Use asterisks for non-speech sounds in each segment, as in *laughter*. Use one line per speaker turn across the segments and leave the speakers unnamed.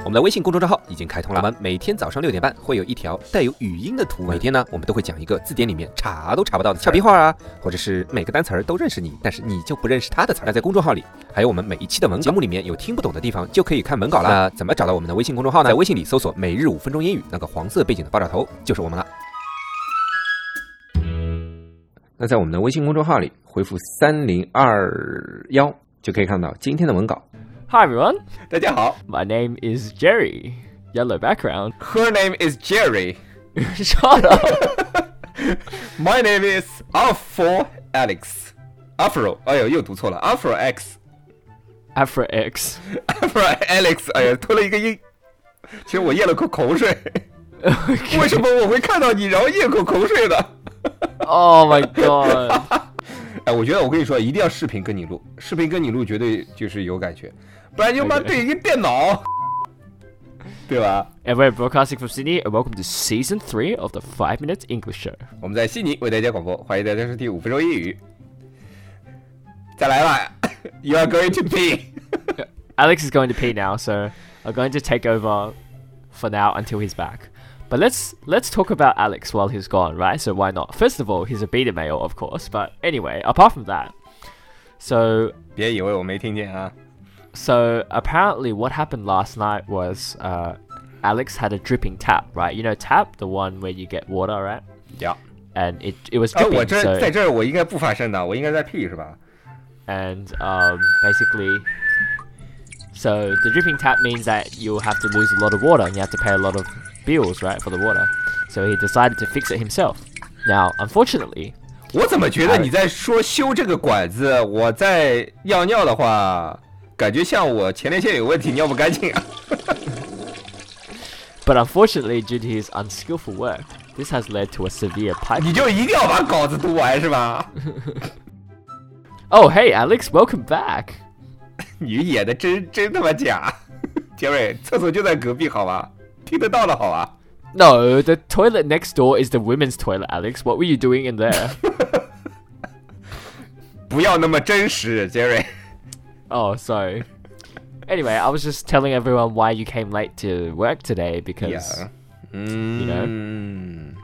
我们的微信公众账号已经开通了，我们每天早上六点半会有一条带有语音的图文。每天呢，我们都会讲一个字典里面查都查不到的俏皮话啊，或者是每个单词儿都认识你，但是你就不认识它的词儿。那在公众号里，还有我们每一期的文稿节目里面有听不懂的地方，就可以看文稿啦。那怎么找到我们的微信公众号呢？在微信里搜索“每日五分钟英语”，那个黄色背景的爆炸头就是我们了。那在我们的微信公众号里回复三零二幺，就可以看到今天的文稿。
Hi everyone,
大家好
my name is Jerry. Yellow background. *laughs*
，Her name is Jerry.
Shut up.
My name is Afro Alex. Afro，哎呦，又读错了，Afro X。
Afro X. *laughs*
Afro Alex，哎呀，吞了一个音。其实我咽了口口水，为什
Okay.
么我会看到你然后咽口口水呢？
Oh my god.
哎，我觉得我跟你说，一定要视频跟你录，视频跟你录绝对就是有感觉，不然就妈
Okay
对一个电脑，对吧？
And we're broadcasting from Sydney, and welcome to season three of the Five Minutes English Show.
我们在悉尼为大家广播，欢迎大家收听五分钟英语。再来吧 *laughs* ，You are going to pee。
Alex is going to pee now, so I'm going to take over for now until he's back. But let's let's talk about Alex while he's gone, right? So why not? First of all, he's a beta male, of course. But anyway, apart from that, so
别以为我没听见啊！
So apparently, what happened last night was uh, Alex had a dripping tap, right? You know, tap the one where you get water, right?
呀，
And it it was
哎，
dripping.
我这
so-
在这儿我应该不发声的，我应该在屁是吧？
and um, basically, so the dripping tap means that you'll have to lose a lot of water and you have to pay a lot of bills, right, for the water. So he decided to fix it himself. Now, unfortunately,
我怎么觉得你在说修这个管子？我在尿尿的话，感觉像我前列腺有问题，尿不干净啊！ *laughs*
but unfortunately, due to his unskillful work, this has led to a severe pipe.
你就一定要把稿子读完是吧？ *laughs*
Oh, hey, Alex, welcome back.
你演的真真他妈假！ *laughs* 杰瑞，厕所就在隔壁好吧？听得到的好吧？
No, the toilet next door is the women's toilet, Alex. What were you doing in there?
不要那么真实，杰瑞。
oh, sorry. Anyway, I was just telling everyone why you came late to work today because
Yeah. 嗯
know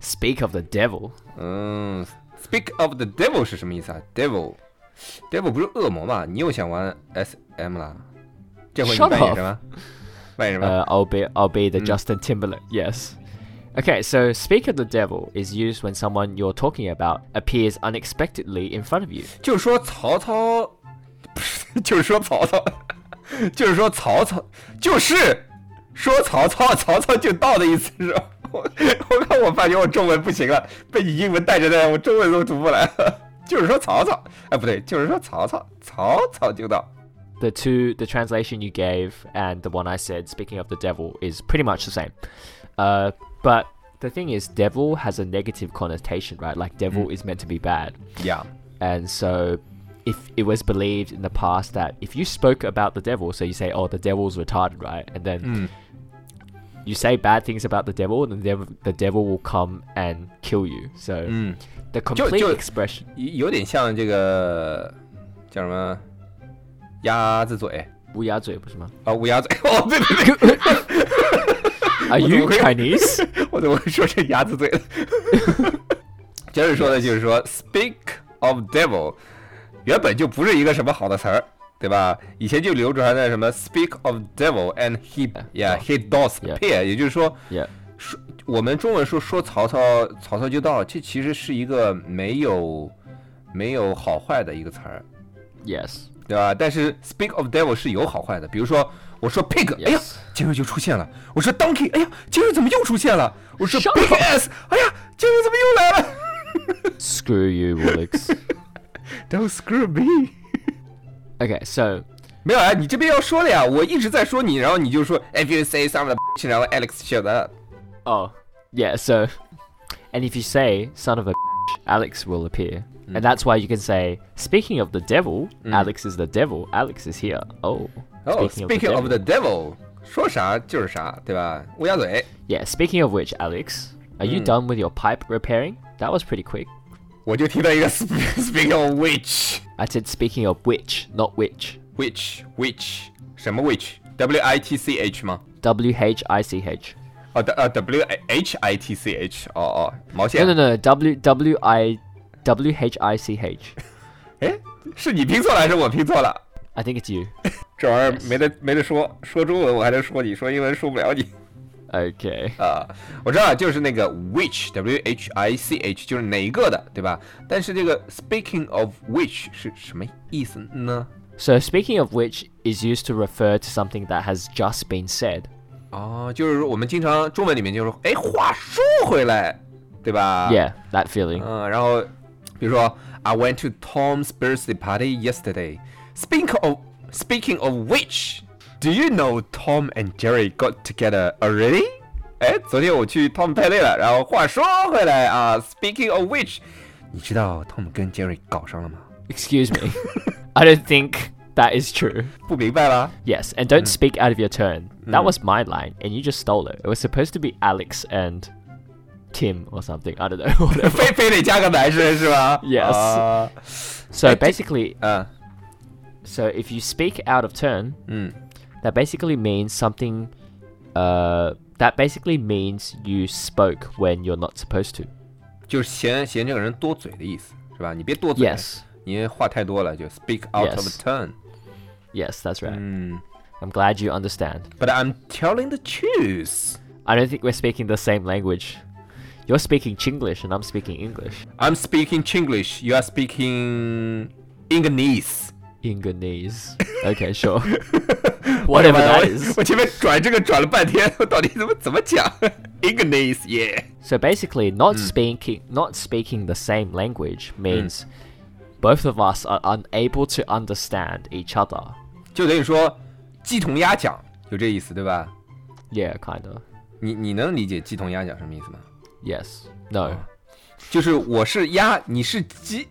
speak of the devil.
嗯，Speak of the devil 是什么意思啊？Devil，Devil 不是恶魔嘛？你又想玩 SM 了？这回你
Shut
扮演
up
什么？扮演什么
Uh, I'll be I'll be the Justin Timberlake. Yes. Okay, so speak of the devil is used when someone you're talking about appears unexpectedly in front of you.
就是说曹操， *laughs* 不是，就是说曹操， *laughs* 就是说曹操，就是说曹操，曹操就到的意思是吧？ *laughs* 我我看我发觉我中文不行了，被你英文带着带，我中文都读不来了。 *laughs* 就是说曹操，哎不对，就是说曹操，曹操就到。
The two the translation you gave and the one I said speaking of the devil is pretty much the same. Uh, but the thing is devil has a negative connotation, right? Like devil is meant to be bad.
Yeah.
And so, if it was believed in the past that if you spoke about the devil, so you say, "Oh, the devil's retarded," right? And then
Mm. 嗯
you say bad things about the devil, then the devil, the devil will come and kill you. So the complete
Joe-
expression.
有有点像这个叫什么鸭子嘴
乌鸦嘴不是吗？
啊，乌鸦嘴。 *laughs* 哦，对对对，
Are you
Wait.
Chinese?
我怎么会说成鸭子嘴了？杰瑞说的 *laughs* 就是说 “speak of devil”，原本就不是一个什么好的词儿，对吧？以前就流传的什么 “speak of devil and he yeah he does
Yeah.
appear”，也就是说
Yeah.
我们中文说说曹操，曹操就到，这其实是一个没有没有好坏的一个词儿。
Yes.
对吧？但是 speak of devil 是有好坏的，比如说我说 pig，、哎呀
Yes，
杰瑞就出现了；我说 donkey，哎呀，杰瑞怎么又出现了？我说
Shut
big s，哎呀，杰瑞怎么又来了
Screw you, *laughs* Woolix.
？Don't screw me。
okay, so
*laughs* 没有啊，你这边要说了呀，我一直在说你，然后你就说 if you say some of the，bitch，然后 Alex shut up。
oh yeah, so and if you say "son of a," bitch," Alex will appear. And that's why you can say, speaking of the devil, Alex is the devil. Alex is here. Mm. Oh,
Oh,
Speaking of the
speaking of the devil，说啥就是啥，对吧？乌鸦嘴，
Yeah, speaking of which, Alex, are you done with your pipe repairing? That was pretty quick.
我就听到一个 *laughs* sp- speak of which
I said speaking of which, not which.
which which 什么 which w i t c h 吗？
W H I C H.
哦，的呃 w h i t c h 哦哦，毛
No,
线
no,，no. W W I W H I C H.
哎，是你拼错了还是我拼错了？
I think it's you. *laughs*
这玩意儿没得没得说，说中文我还能说你，说英文说不了你
Okay.
啊、我知道，就是那个 which w h i c h 就是哪一个的，对吧？但是这个 speaking of which 是什么意思呢？
So speaking of which is used to refer to something that has just been said.
哦，就是说我们经常中文里面就说，哎，话说回来，对吧
Yeah, that feeling.
嗯，然后比如说，I went to Tom's birthday party yesterday. Speaking of speaking of which, do you know Tom and Jerry got together already? 哎，昨天我去 Tom 派对了。然后话说回来啊，Speaking of which，你知道 Tom 跟 Jerry 搞上了吗？
Excuse me. *laughs* I don't think that is true.
不明白啦？
Yes, and don't speak out of your turn. That was my line, and you just stole it. It was supposed to be Alex and Tim or something. I don't know. *laughs* Whatever.
*laughs* 非非得加个男生是吧
Yes
啊
So basically,
嗯
so if you speak out of turn,
嗯
that basically means something. Uh, that basically means you spoke when you're not supposed to.
就是嫌嫌这个人多嘴的意思是吧？你别多嘴
Yes.
你话太多了，就 speak out of
Yes
turn。嗯
Yes, that's
Hmm.
right. I'm glad you understand.
But I'm telling the truth.
I don't think we're speaking the same language. You're speaking Chinglish, and I'm speaking English.
I'm speaking Chinglish. You are speaking English.
Ingonese. *laughs* Okay, sure.
*laughs*
Whatever that
我
is.
我前面转这个转了半天，我到底怎么怎么讲 *laughs* ？English 耶、
So basically, not speaking not speaking the same language means both of us are unable to understand each other.
就等于说鸡同鸭讲，有这意思对吧？
Yeah, kind of.
你你能理解鸡同鸭讲什么意思吗？
Yes. No.
就是我是鸭，你是鸡。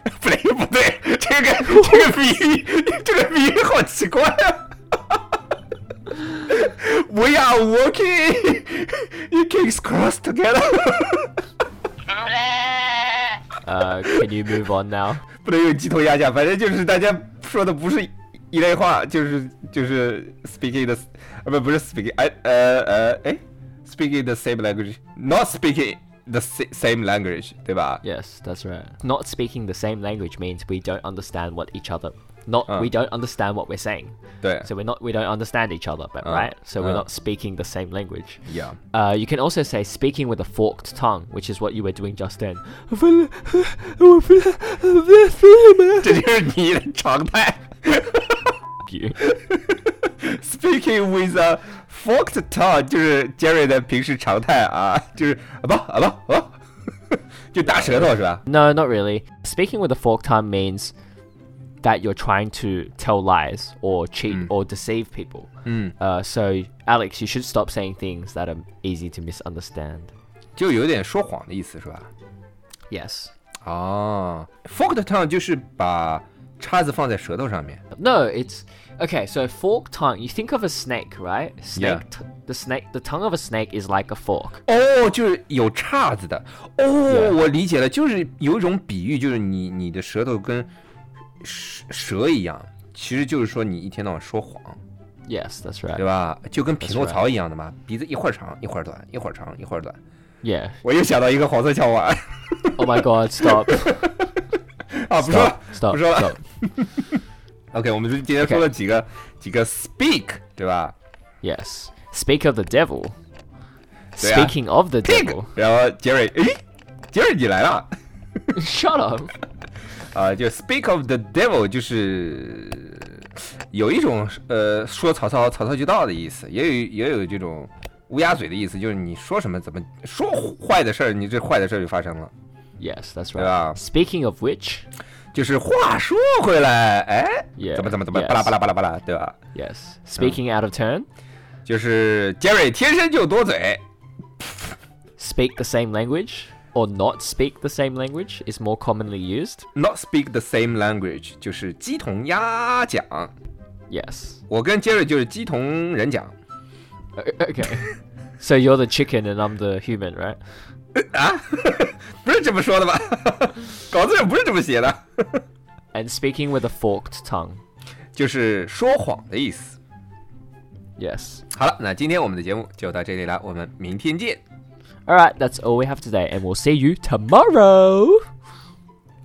*laughs* 不对不对，这个这个比喻，这个比喻好奇怪啊！We are walking, you kings cross together 。
Uh, can you move on *laughs* now?
不能用鸡同鸭讲，反正就是大家说的不是一类话，就是就是 speaking the，呃不不是 speaking，哎呃呃哎，speaking the same language，not speaking the sa- same language，对吧
Yes, that's right. Not speaking the same language means we don't understand what each other. Not we don't understand what we're saying.
对
So we're not we don't understand each other, but right. So we're
uh.
not speaking the same language.
Yeah.
Uh, you can also say speaking with a forked tongue, which is what you were doing just then.
这
*laughs*
就是你的常态。
You.
Speaking with a forked tongue 就是 Jerry 的平时常态啊，就是啊不啊不啊不， *laughs* 就大舌头是吧？
No, not really. Speaking with a forked tongue means that you're trying to tell lies or cheat
Mm.
or deceive people. Uh, so, Alex, you should stop saying things that are easy to misunderstand.
就有点说谎的意思是吧？
Yes.
哦，forked tongue 就是把叉子放在舌头上面。
No, it's okay. So, forked tongue. You think of a snake, right? Snake.
Yeah.
T- the snake. The tongue of a snake is like a fork.
哦，就是有叉子的。哦
Yeah.
我理解了，就是有一种比喻，就是你你的舌头跟蛇蛇一样，其实就是说你一天到晚说谎，
Yes, that's
对
right.
吧？就跟匹诺
right.
曹一样的嘛，鼻子一会儿长一会儿短，一会儿长一会儿短。
Yeah.
我又想到一个黄色笑话
Oh my God! Stop.
*laughs* 啊，不说了 *laughs*
stop. Stop.
不说了。
Stop.
OK，我们今天说了几个几个 speak，对吧
Yes. Speak of the devil.
Yeah.
Speaking of the
？Pig
devil. *laughs*
然后 Jerry，诶，Jerry 你来了。
Shut up.
啊，就 Speak of the Devil 就是有一种呃说曹操曹操就到的意思，也有也有这种乌鸦嘴的意思，就是你说什么怎么说坏的事儿，你这坏的事儿就发生了。
Yes, that's right.
Yeah.
Speaking of which,
就是话说回来，哎
Yeah,
怎么怎么怎么
yes.
巴拉巴拉巴拉巴拉，对吧？
yes, speaking out of turn,
就是 Jerry 天生就多嘴，
speak the same language or not speak the same language is more commonly used.
not speak the same language，就是鸡同鸭讲。
Yes.
我跟 Jerry 就是鸡同人讲，
O- Okay.
*laughs*
so you're the chicken and I'm the human, right?
不是这么说
*laughs*
的吧？稿子上不是这么写的，
And speaking with a forked tongue.
就是说谎的意思。
Yes.
好了，那今天我们的节目就到这里了，我们明天见。
All right, that's all we have today, and we'll see you tomorrow.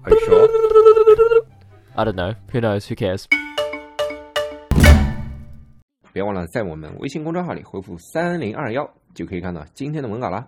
很说。
I don't know. Who knows? Who cares?
别忘了在我们微信公众号里回复三零二幺，就可以看到今天的文稿啦。